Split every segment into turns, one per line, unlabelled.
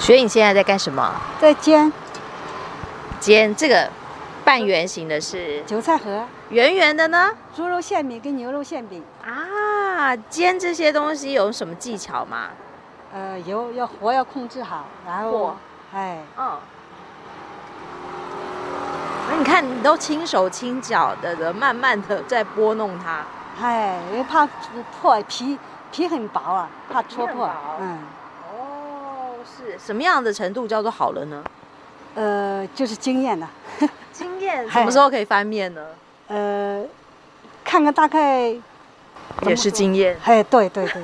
所以你现在在干什么？
在煎
煎这个半圆形的是
韭菜盒、
圆圆的呢？
猪肉馅饼跟牛肉馅饼，
啊，煎这些东西有什么技巧吗？
呃，油要火要控制好，然后
火
哎，
嗯。那你看，你都轻手轻脚的的，慢慢的在拨弄它。
哎，因为怕破皮，皮很薄啊，怕戳
皮很
破
薄。
嗯，
哦，是什么样的程度叫做好了呢？
呃，就是经验呐、
经验
嗨
什么时候可以翻面呢？
呃，看看大概，
也是经验。
哎，对对对，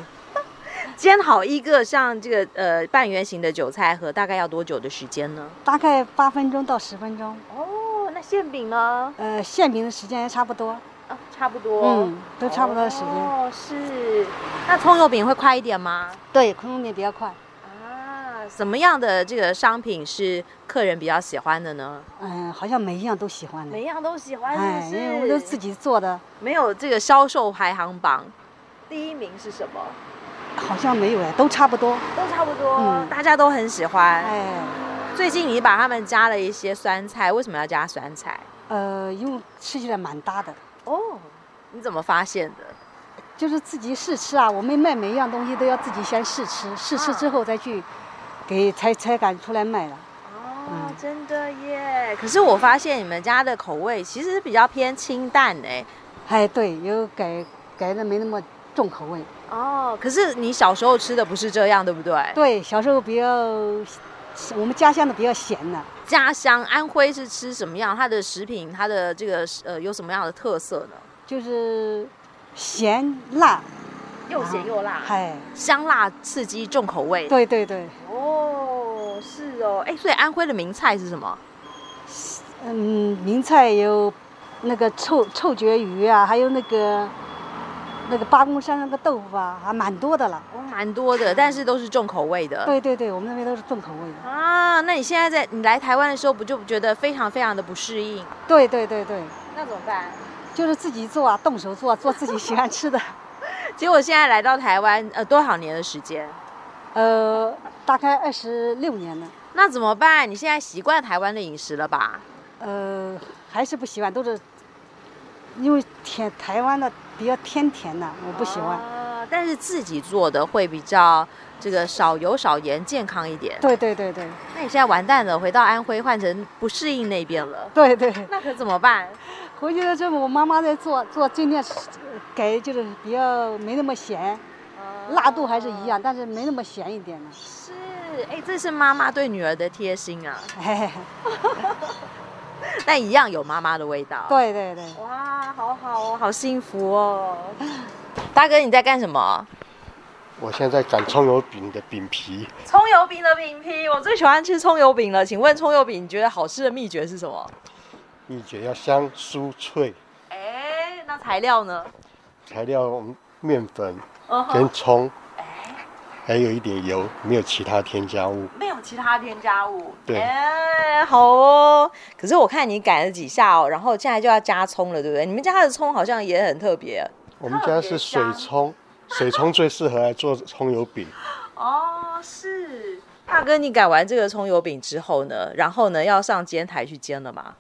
煎好一个像这个呃半圆形的韭菜盒，大概要多久的时间呢？
大概八分钟到十分钟，
哦，那馅饼呢？
呃，馅饼的时间也差不多，
啊，差不多，
嗯，都差不多的时间。
哦，是。那葱油饼会快一点吗？
对，空中饼比较快，
啊，什么样的这个商品是客人比较喜欢的呢？
嗯，好像每一样都喜欢
每
呢。
样都喜欢，
哎，
是
因
不是？
为我都自己做的，
没有这个销售排行榜，第一名是什么？
好像没有哎，都差不多。
都差不多，
嗯
大家都很喜欢。
哎，
最近你把他们加了一些酸菜，为什么要加酸菜？
呃，因为吃起来蛮搭的，
哦，你怎么发现的？
就是自己试吃啊。我们卖每一样东西都要自己先试吃，试吃之后再去给才才敢出来卖的。
哦，
嗯
真的耶！可是我发现你们家的口味其实比较偏清淡哎。
哎，对，有改改的没那么重口味。
哦，可是你小时候吃的不是这样，对不对？
对，小时候比较，我们家乡的比较咸呢。
家乡安徽是吃什么样？它的食品，它的这个呃有什么样的特色呢？
就是咸辣，
又咸又辣，
哎，
香辣刺激重口味。
对对对，
哦，是哦，哎，所以安徽的名菜是什么？
嗯，名菜有那个臭臭鳜鱼啊，还有那个那个八公山那个豆腐啊，还蛮多的了。
哦，蛮多的，但是都是重口味的。。
对对对，我们那边都是重口味的。
啊，那你现在在你来台湾的时候，不就觉得非常非常的不适应？
对对对对，
那怎么办？
就是自己做啊，动手做，做自己喜欢吃的。
结果现在来到台湾，呃，多少年的时间？
呃，大概二十六年了，
那怎么办？你现在习惯台湾的饮食了吧？
呃，还是不喜欢，都是因为甜台湾的比较偏甜呐，我不喜欢。
啊但是自己做的会比较这个少油少盐，健康一点。
对对对对
那你现在完蛋了，回到安徽换成不适应那边了，
对对。
那可怎么办？
回去了之后，我妈妈在做做，尽量是呃改就是比较没那么咸，
啊
辣度还是一样，但是没那么咸一点了。
是，哎，这是妈妈对女儿的贴心啊，
哎，
但一样有妈妈的味道。，
对对对，
哇，好好哦，好幸福哦。大哥，你在干什么？
我现在擀葱油饼的饼皮，
葱油饼的饼皮，我最喜欢吃葱油饼了。请问葱油饼，你觉得好吃的秘诀是什么？
秘诀要香、酥、脆。
哎，那材料呢？
材料我们面粉
嗯
跟
哼，
葱，还有一点油，没有其他添加物。
没有其他添加物。
对
哎，好哦。可是我看你擀了几下哦，然后现在就要加葱了，对不对？你们家的葱好像也很特别
我们家是水葱，水葱最适合来做葱油饼。
哦。是。大哥，你擀完这个葱油饼之后呢，然后呢要上煎台去煎了吗？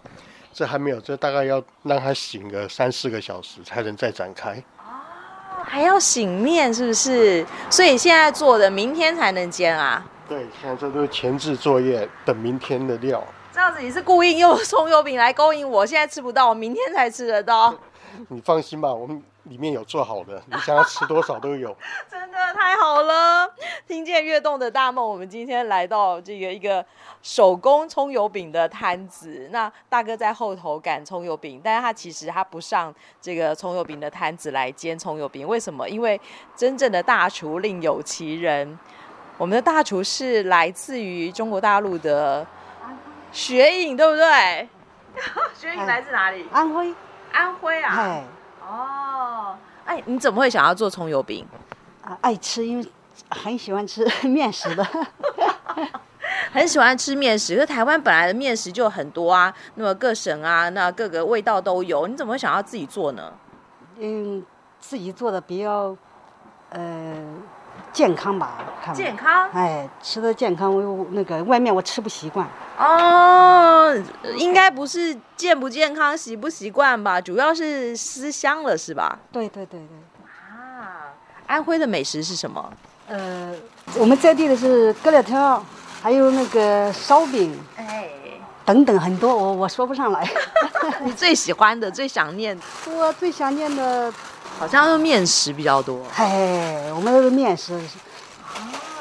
这还没有，这大概要让它醒个三四个小时才能再展开。
哦还要醒面是不是？所以现在做的，明天才能煎啊。
对，现在这都是前置作业，等明天的料。
这样子你是故意用葱油饼来勾引我，现在吃不到，我明天才吃得到，
你放心吧，我们里面有做好的，你想要吃多少都有。
真的太好了！听见跃动的大梦，我们今天来到这个一个手工葱油饼的摊子。那大哥在后头擀葱油饼，但是他其实他不上这个葱油饼的摊子来煎葱油饼，为什么？因为真正的大厨另有其人。我们的大厨是来自于中国大陆的学影，对不对？学
影来
自哪里？
安徽，
安徽啊。
哎，
哦，哎，你怎么会想要做葱油饼？
啊爱吃，因为很喜欢吃 面食的。
很喜欢吃面食，可是台湾本来的面食就很多啊，那么各省啊，那各个味道都有，你怎么会想要自己做呢？
嗯，自己做的比较，呃，健康吧，看吧
健康
哎，吃的健康，我我那个外面我吃不习惯。
哦，应该不是健不健康、习不习惯吧，主要是思乡了，是吧？
对对对对，
啊，安徽的美食是什么？
呃，我们在地的是疙瘩条，还有那个烧饼
哎，
等等很多，我我说 不上来。
你最喜欢的、最想念的，
我最想念的，
好像是面食比较多。
哎，我们那个面食，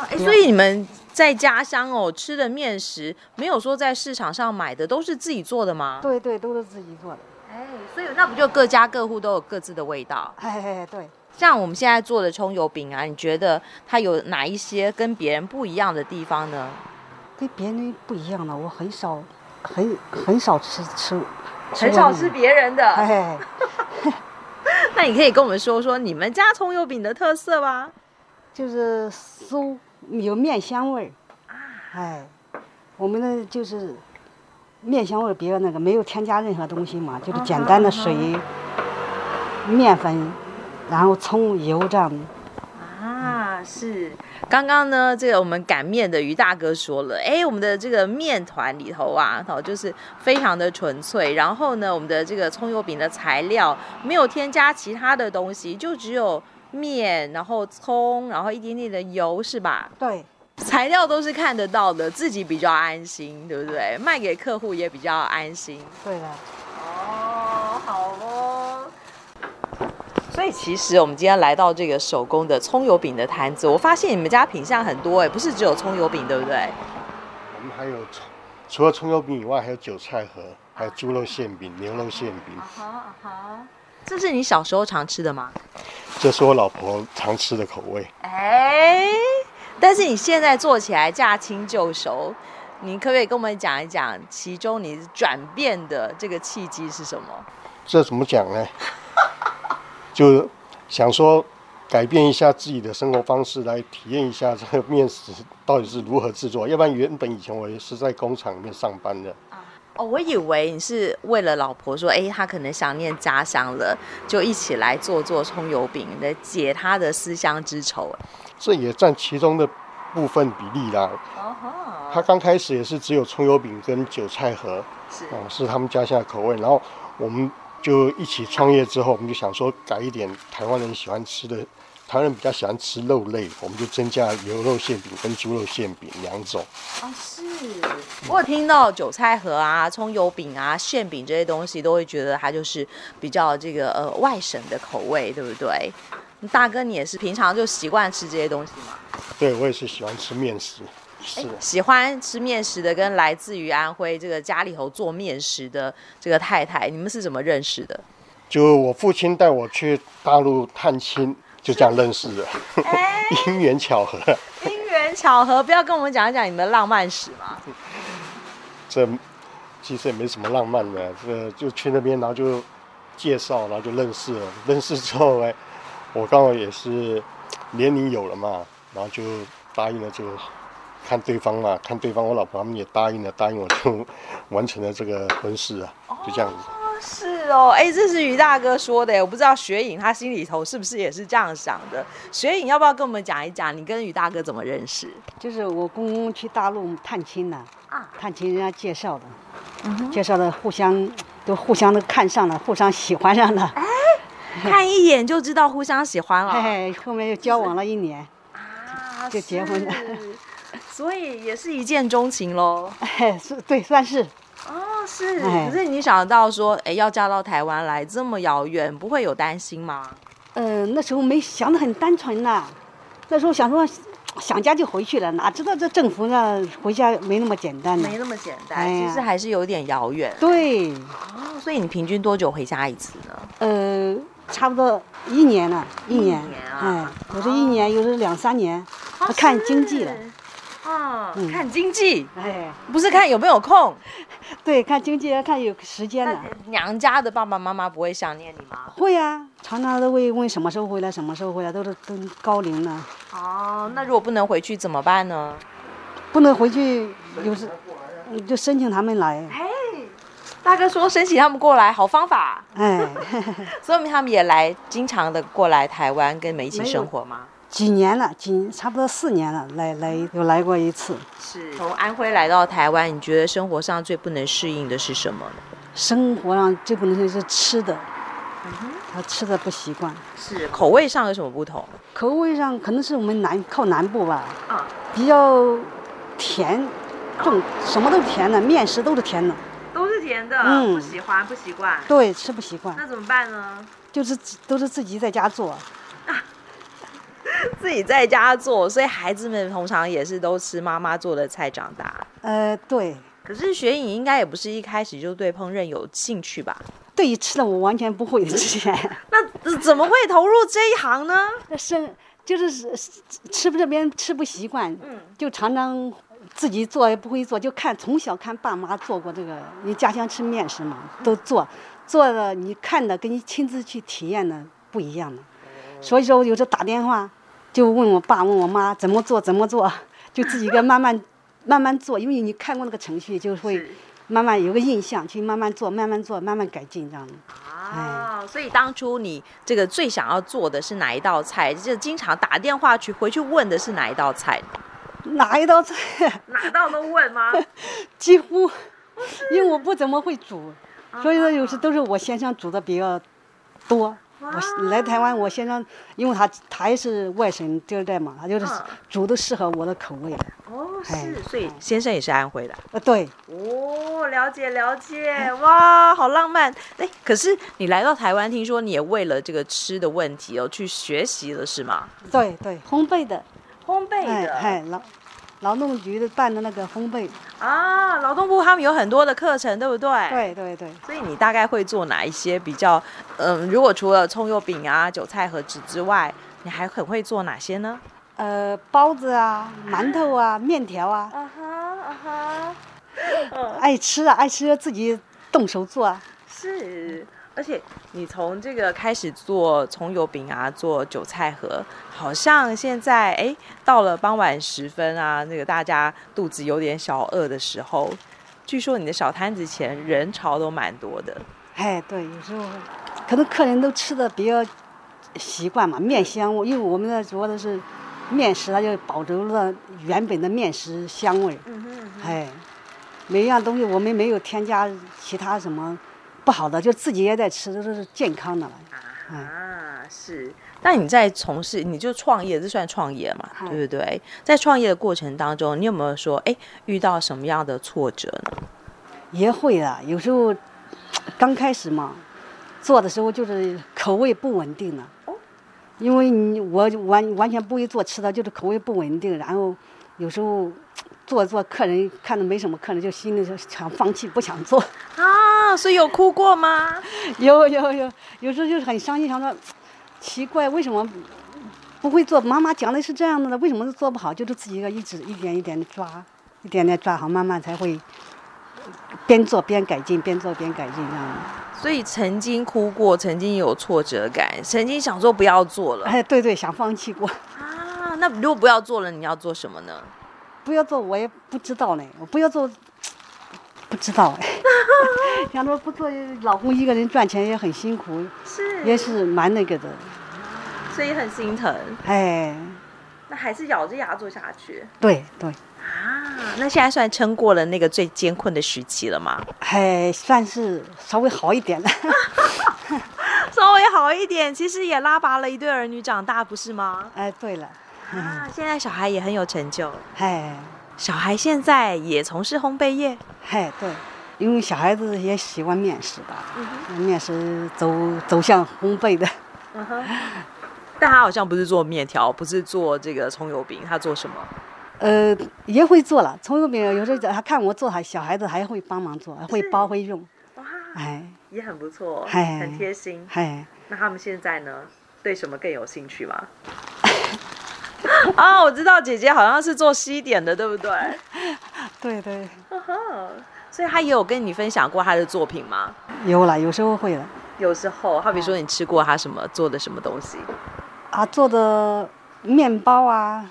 哎，所以你们在家乡哦吃的面食，没有说在市场上买的，都是自己做的吗？
对对，都是自己做的。
哎，所以那不就各家各户都有各自的味道？
哎，对，
像我们现在做的葱油饼啊，你觉得它有哪一些跟别人不一样的地方呢？
跟别人不一样的，我很少，很很少吃吃，
很
过
少
那
吃
个。
别人的。
哎，
那你可以跟我们说说你们家葱油饼的特色吗？
就是馊，有面香味儿。
啊
哎，我们的就是面香味儿，别的那个没有添加任何东西嘛，就是简单
啊
的水、面粉，然后葱油这样。
啊，是。刚刚呢，这个我们擀面的于大哥说了，哎，我们的这个面团里头啊，哦，就是非常的纯粹。然后呢，我们的这个葱油饼的材料没有添加其他的东西，就只有面，然后葱，然后一点点的油，是吧？
对，
材料都是看得到的，自己比较安心，对不对？卖给客户也比较安心。
对的。
哦，好哦。所以其实我们今天来到这个手工的葱油饼的摊子，我发现你们家品相很多哎、不是只有葱油饼，对不对？
我们还有葱，除了葱油饼以外，还有韭菜盒，还有猪肉馅饼、牛肉馅饼，
哈啊哈，这是你小时候常吃的吗？
这是我老婆常吃的口味。
哎，但是你现在做起来驾轻就熟，你可不可以跟我们讲一讲其中你转变的这个契机是什么？
这怎么讲呢？就想说改变一下自己的生活方式，来体验一下这个面食到底是如何制作。要不然原本以前我也是在工厂里面上班的，
哦，我以为你是为了老婆说，哎，她可能想念家乡了，就一起来做做葱油饼，来解她的思乡之愁。啊
这也占其中的部分比例啦。
哦哈，
他刚开始也是只有葱油饼跟韭菜盒，
是
哦，是他们家乡的口味。然后我们就一起创业之后，我们就想说改一点台湾人喜欢吃的，台湾人比较喜欢吃肉类，我们就增加牛肉馅饼跟猪肉馅饼两种。
哦是。我有听到韭菜盒啊、葱油饼啊、馅饼这些东西，都会觉得它就是比较这个呃外省的口味，对不对？大哥，你也是平常就习惯吃这些东西吗？
对我也是喜欢吃面食，是
喜欢吃面食的跟来自于安徽这个家里头做面食的这个太太，你们是怎么认识的？
就我父亲带我去大陆探亲，就这样认识的，
哎
因缘巧合，
因缘巧合，不要跟我们讲一讲你们的浪漫史嘛。
这其实也没什么浪漫的，这就去那边，然后就介绍，然后就认识了，认识之后呢，我刚好也是年龄有了嘛，然后就答应了就。看对方嘛，看对方，我老婆他们也答应了，答应我就完成了这个婚事啊，就这样子。
是哦，哎，这是于大哥说的，我不知道雪影他心里头是不是也是这样想的。雪影要不要跟我们讲一讲，你跟于大哥怎么认识？
就是我公公去大陆探亲呢，
啊，嗯
探亲人家介绍的，介绍的互相都互相都看上了，互相喜欢 上了，
看一眼就知道互相喜欢了。
哎，后面又交往了一年，
啊
就结婚了
是所以也是一见钟情喽。
哎，是对，算是
哦，是。
哎
可是你想到说，哎，要嫁到台湾来这么遥远，不会有担心吗？
呃，那时候没想的很单纯呐、那时候想说想家就回去了，哪知道这政府呢回家没那么简单呢。
没那么简单，
哎呀
其实还是有点遥远。
对，
哦，所以你平均多久回家一次呢？
呃，差不多一年了，一年，
一年
哎
啊，
有时一年，有时两三年，那看经济了，
啊，
嗯
看经济，
哎，
不是看有没有空。
对，看经济，看有时间了。
娘家的爸爸妈妈不会想念你吗？
会啊，常常都会问什么时候回来，什么时候回来，都是都高龄了，
哦，那如果不能回去怎么办呢？
不能回去，有时嗯就申请他们来，
哎大哥说申请他们过来，好方法，
哎，
所以他们也来经常的过来台湾跟你们一起
没有
生活吗？
几年了，几差不多四年了，来来有来过一次。
是从安徽来到台湾，你觉得生活上最不能适应的是什么呢？
生活上最不能就是吃的，他吃的不习惯，
是口味上有什么不同？
口味上可能是我们南靠南部吧，
啊，
比较甜，重什么都是甜的，面食都是甜的，
都是甜的，
嗯
不喜欢不习惯，
对，吃不习惯，
那怎么办呢？
就是自都是自己在家做，
自己在家做，所以孩子们通常也是都吃妈妈做的菜长大。
呃，对，
可是学影应该也不是一开始就对烹饪有兴趣吧？
对于吃的我完全不会的，之前
那怎么会投入这一行呢？
那生就是是是吃不这边吃不习惯，
嗯，
就常常自己做也不会做，就看从小看爸妈做过这个，你家乡吃面食嘛，都
嗯
做，做的你看的跟你亲自去体验的不一样的，所以说我有时候打电话就问我爸问我妈怎么做怎么做，就自己一个慢慢慢慢做，因为你看过那个程序就会
是
慢慢有个印象，去慢慢做慢慢做慢慢改进这样的。
啊，所以当初你这个最想要做的是哪一道菜？就经常打电话去回去问的是哪一道菜？
哪一道菜
哪道都问吗？
几乎，因为我不怎么会煮，所以说有时都是我先生煮的比较多。我来台湾，我先生因为他他也是外省第二代嘛，他就是
嗯
煮的适合我的口味的。
哦，
哎
是，所以先生也是安徽的。
呃，对，
哦，了解了解，哇，好浪漫！哎，可是你来到台湾，听说你也为了这个吃的问题哦，去学习了是吗？
对对，烘焙的，
烘焙
哎哎，劳劳动局的办的那个烘焙，
啊，劳动部他们有很多的课程，对不对？。
对对对，
所以你大概会做哪一些比较？嗯，如果除了葱油饼啊、韭菜和纸之外，你还很会做哪些呢？
呃，包子啊，馒头啊，面条啊，
啊哈啊哈，
爱吃啊，爱吃就自己动手做啊。
是。而且你从这个开始做葱油饼啊，做韭菜盒，好像现在哎到了傍晚时分啊，那个大家肚子有点小饿的时候，据说你的小摊子前人潮都蛮多的。
哎，对，有时候可能客人都吃的比较习惯嘛，面香味，因为我们那做的是面食，它就保留了原本的面食香味儿。
嗯哼，
哎，每样东西我们没有添加其他什么不好的，就自己也在吃，都是健康的了。
啊，是。那你在从事，你就创业，这算创业嘛，
嗯
对不对？在创业的过程当中，你有没有说，哎，遇到什么样的挫折呢？
也会的，有时候刚开始嘛，做的时候就是口味不稳定的，因为你我完完全不会做吃的，就是口味不稳定，然后有时候做做客人看着没什么客人，就心里就想放弃，不想做。
啊，所以有哭过吗？
有有有，有时候就是很伤心，想到奇怪为什么不会做？妈妈讲的是这样的，为什么做不好？就是自己要一直一点一点的抓，一点点抓好，慢慢才会边做边改进，边做边改进这样的。
所以曾经哭过，曾经有挫折感，曾经想说不要做了
哎，对对，想放弃过，
啊。那如果不要做了，你要做什么呢？
不要做我也不知道呢，我不要做，不知道哎。 想着不做，老公一个人赚钱也很辛苦，也
是，
是蛮那个的。
所以很心疼，
哎，
那还是咬着牙做下去
对对，
啊。那现在算撑过了那个最艰困的时期了吗？
还哎算是稍微好一点了。
稍微好一点，其实也拉拔了一对儿女长大，不是吗？
哎，对了，
啊，现在小孩也很有成就，
哎，
小孩现在也从事烘焙业。
哎，对，因为小孩子也喜欢面食吧，面食走走向烘焙的。
嗯哼，但他好像不是做面条，不是做这个葱油饼，他做什么？
呃，也会做了，葱油饼有时候他看我做，还小孩子还会帮忙做，还会包会用，
哇，
哎。
也很不错，
哎
很贴心。
哎，
那他们现在呢，对什么更有兴趣吗？ 啊，我知道姐姐好像是做西点的，对不 对？
对对，
所以她也有跟你分享过她的作品吗？
有了，有时候会了。
有时候，好比说你吃过她什么做的什么东西？
啊，做的面包啊，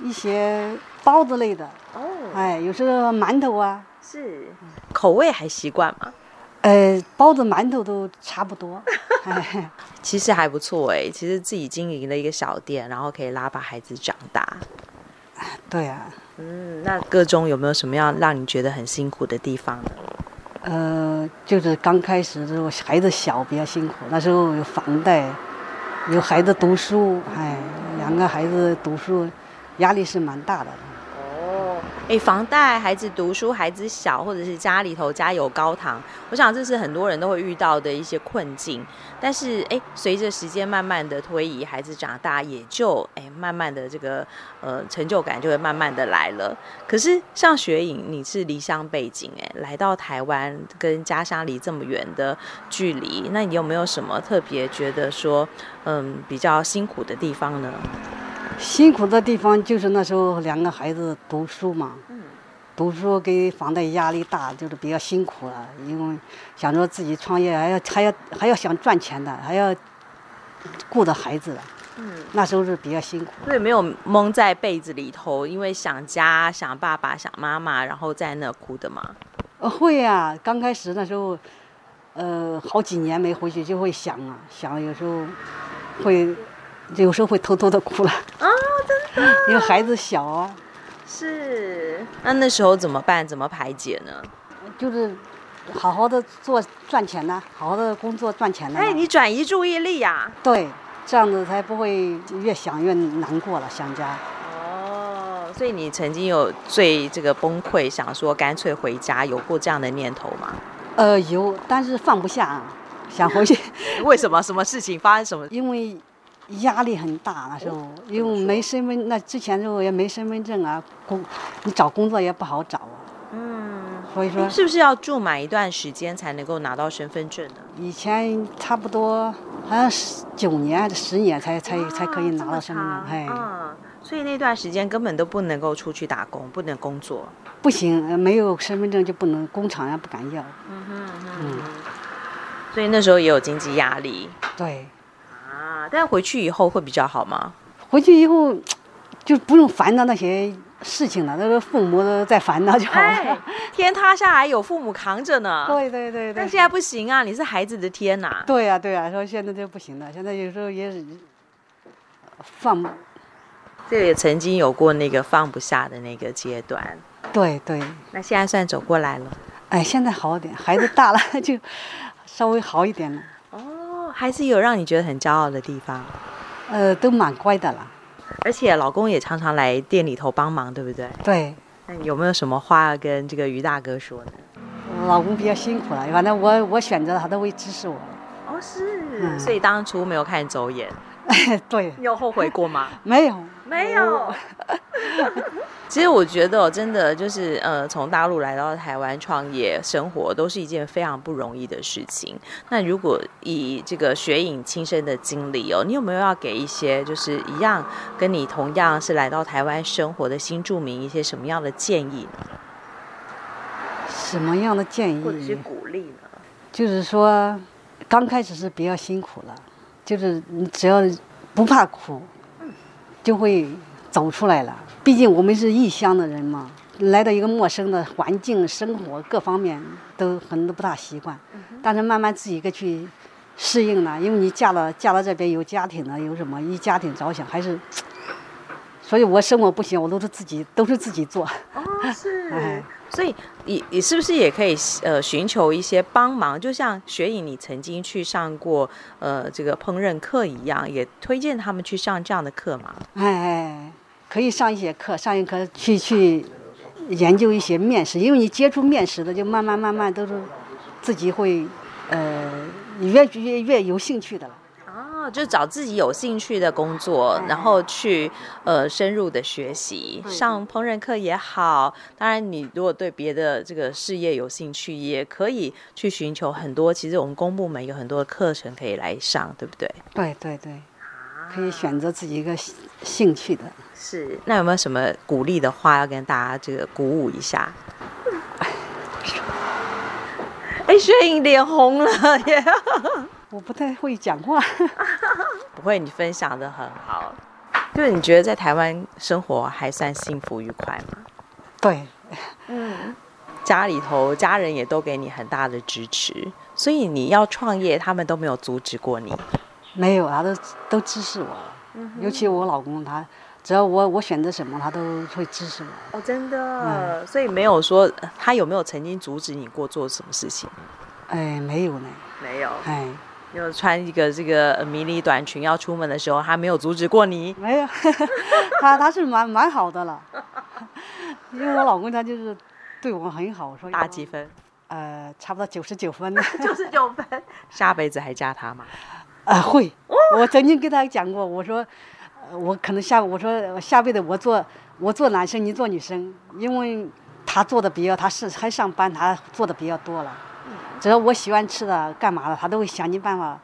一些包子类的，
哦，
哎，有时候馒头啊，
是口味还习惯吗？
呃，包子、馒头都差不多。
其实还不错哎、其实自己经营了一个小店，然后可以拉拔孩子长大。
对啊呀、
嗯，那个中有没有什么样让你觉得很辛苦的地方呢？
呃，就是刚开始的时候孩子小比较辛苦，那时候有房贷，有孩子读书，哎，两个孩子读书，压力是蛮大的。
哦，哎，房贷、孩子读书、孩子小，或者是家里头家有高堂，我想这是很多人都会遇到的一些困境。但是，哎，随着时间慢慢的推移，孩子长大也就哎，慢慢的这个呃成就感就会慢慢的来了。可是像雪影，你是离乡背景，哎，来到台湾跟家乡离这么远的距离，那你有没有什么特别觉得说，嗯，比较辛苦的地方呢？
辛苦的地方就是那时候两个孩子读书嘛，读书给房贷压力大，就是比较辛苦了。因为想着自己创业，还要还要还要想赚钱的，还要顾着孩子的，
嗯。
那时候是比较辛苦。
所以没有蒙在被子里头，因为想家、想爸爸、想妈妈，然后在那哭的嘛。
呃，会啊，刚开始那时候，呃，好几年没回去就会想啊，想有时候会，有时候会偷偷的哭了。啊，真 的。因为孩子小啊，
是。那那时候怎么办？怎么排解呢？
就是好好的做赚钱呐、好好的工作赚钱呐、
哎，你转移注意力啊呀、
对，这样子才不会越想越难过了，想家。
哦，所以你曾经有最这个崩溃，想说干脆回家，有过这样的念头吗？
呃，有，但是放不下，啊，想 回去，
为什么？什么事情发生？什么？
因为压力很大那时
哦
候，因为没身份，那之前时候也没身份证啊，工你找工作也不好找啊，
嗯，
所以说
是不是要住满一段时间才能够拿到身份证呢？
以前差不多好像十九年还是十年才才哎才可以拿到身份证，哎，
嗯，所以那段时间根本都不能够出去打工，不能工作。
不行，呃没有身份证就不能，工厂也不敢要，
嗯，所以那时候也有经济压力
对，
啊。但回去以后会比较好吗？
回去以后就不用烦恼那些事情了，那个父母都在烦恼就好了。
哎，天塌下来有父母扛着呢。
对对对
但
对，
现在不行啊，你是孩子的天呐、
对呀、对呀、啊说现在这不行了，现在有时候也是放不，
这也曾经有过那个放不下的那个阶段，
对对，
那现在算走过来了。
哎，现在好点，孩子大了 就稍微好一点了，
哦，还是有让你觉得很骄傲的地方，
呃，都蛮乖的了，
而且老公也常常来店里头帮忙，对不对？
对。
那你有没有什么话要跟这个于大哥说呢？
老公比较辛苦了，反正我我选择他都会支持我。
哦，是，所以当初没有看走眼，
对，
你有后悔过吗？
没有，
没有。 其实我觉得、哦，真的就是，呃，从大陆来到台湾创业生活，都是一件非常不容易的事情。那如果以这个学影亲身的经历哦，你有没有要给一些就是一样跟你同样是来到台湾生活的新住民一些什么样的建议呢，
什么样的建
或者是
议？
鼓励呢？
就是说，刚开始是比较辛苦了，就是你只要不怕苦，就会走出来了。毕竟我们是异乡的人嘛，来到一个陌生的环境、生活各方面都很多不大习惯，但是慢慢自己个去适应了。因为你嫁了嫁到这边有家庭了，有什么以家庭着想还是。所以我生活不行，我都是自己都是自己做。
哦，是
哎，
所以你你是不是也可以呃寻求一些帮忙？就像学影你曾经去上过呃这个烹饪课一样，也推荐他们去上这样的课嘛？
哎哎，可以上一些课，上一课去去研究一些面食，因为你接触面食的，就慢慢慢慢都是自己会呃越越越有兴趣的了。
哦，就找自己有兴趣的工作，然后去呃深入的学习，上烹饪课也好。当然，你如果对别的这个事业有兴趣，也可以去寻求很多。其实我们公部门有很多的课程可以来上，对不对？
对对对，可以选择自己一个兴兴趣的。
是，那有没有什么鼓励的话要跟大家这个鼓舞一下？ 哎，薛颖脸红 了耶！
我不太会讲话，
不会，你分享的很好。就是你觉得在台湾生活还算幸福愉快吗？
对，
嗯，家里头家人也都给你很大的支持，所以你要创业，他们都没有阻止过你。
没有，他都都支持我了。尤其我老公，他只要我我选择什么，他都会支持我。
哦，真的，嗯所以没有说呃他有没有曾经阻止你过做什么事情？
哎，没有呢，
没有，
哎，
没有穿一个这个呃迷你短裙要出门的时候，他没有阻止过你。
没有， 他他是蛮蛮好的了，因为我老公他就是对我很好，所以
打几分？
呃，差不多九十九分呢。
九十哦九分。下辈子还嫁他吗？
啊，会。我曾经跟他讲过，我说，呃我可能下我说下辈子我做我做男生，你做女生，因为他做的比较，他是还上班，他做的比较多了。只要我喜欢吃的、干嘛的，他都会想尽办法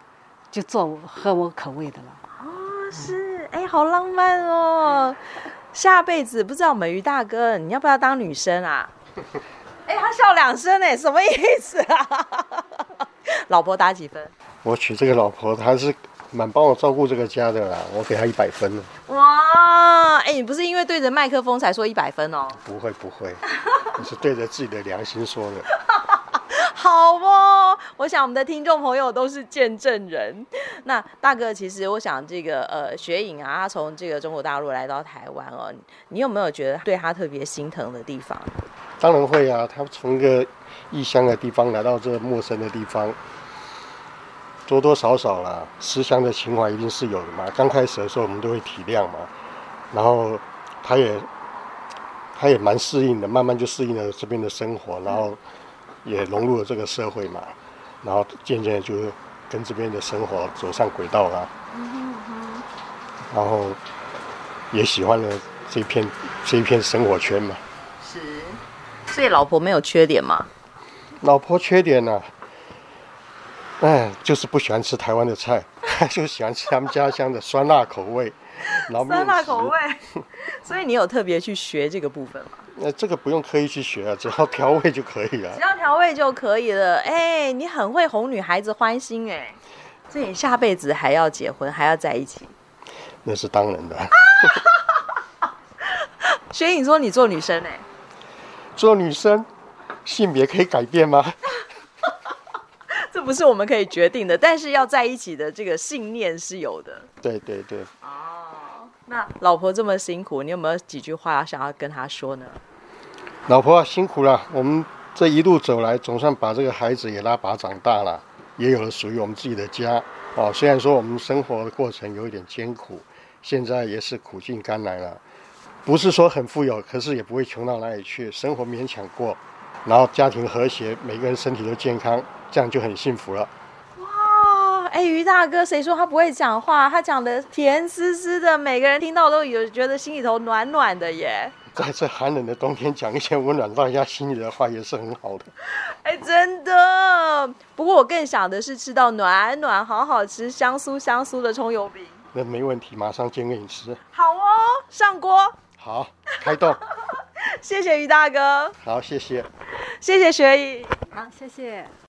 就做我合我口味的了。
是，哎，好浪漫哦！ 下辈子不知道美鱼大哥，你要不要当女生啊？哎，他笑两声，哎，什么意思啊？ 老婆打几分？
我娶这个老婆，她是蛮帮我照顾这个家的啦，我给她一百分了。
哇，哎，你不是因为对着麦克风才说一百分哦？
不会不会， 我是对着自己的良心说的。
好哦，我想我们的听众朋友都是见证人。 那大哥，其实我想这个呃，学影啊，他从这个中国大陆来到台湾哦，你有没有觉得对他特别心疼的地方？
当然会啊，他从一个异乡的地方来到这陌生的地方，多多少少啦，思乡的情怀一定是有的嘛。刚开始的时候，我们都会体谅嘛，然后他也他也蛮适应的，慢慢就适应了这边的生活，然后也融入了这个社会嘛，然后渐渐地就跟这边的生活走上轨道啦。然后也喜欢了这片这一片生活圈嘛。
是，所以老婆没有缺点吗？
老婆缺点呢、哎，就是不喜欢吃台湾的菜， 就喜欢吃他们家乡的酸辣口 味。然后
酸辣
面食
口味， 所以你有特别去学这个部分吗？
那、哎这个不用刻意去学啊，只要调味就可以了
只。要调味就可以了。哎、你很会哄女孩子欢心哎、所以你下辈子还要结婚，还要在一起。
那是当然的。
学影说你做女生哎、
做女生，性别可以改变吗？
这不是我们可以决定的，但是要在一起的这个信念是有的。
对对对，
哦，那老婆这么辛苦，你有没有几句话想要跟她说呢？
老婆、啊、辛苦了，我们这一路走来，总算把这个孩子也拉拔长大了，也有了属于我们自己的家。哦，虽然说我们生活的过程有一点艰苦，现在也是苦尽甘来了，不是说很富有，可是也不会穷到哪里去，生活勉强过，然后家庭和谐，每个人身体都健康，这样就很幸福了。
啊，哎，于大哥，谁说他不会讲话？他讲的甜丝丝的，每个人听到都有觉得心里头暖暖的耶。
在这寒冷的冬天，讲一些温暖大家心里的话，也是很好的。
哎，真的。不过我更想的是吃到暖暖、好好吃、香酥香酥的葱油饼。
那没问题，马上煎给你吃。
好哦，上锅。
好，开动。
谢谢于大哥，
好，谢谢。
谢谢学影。
好，谢谢。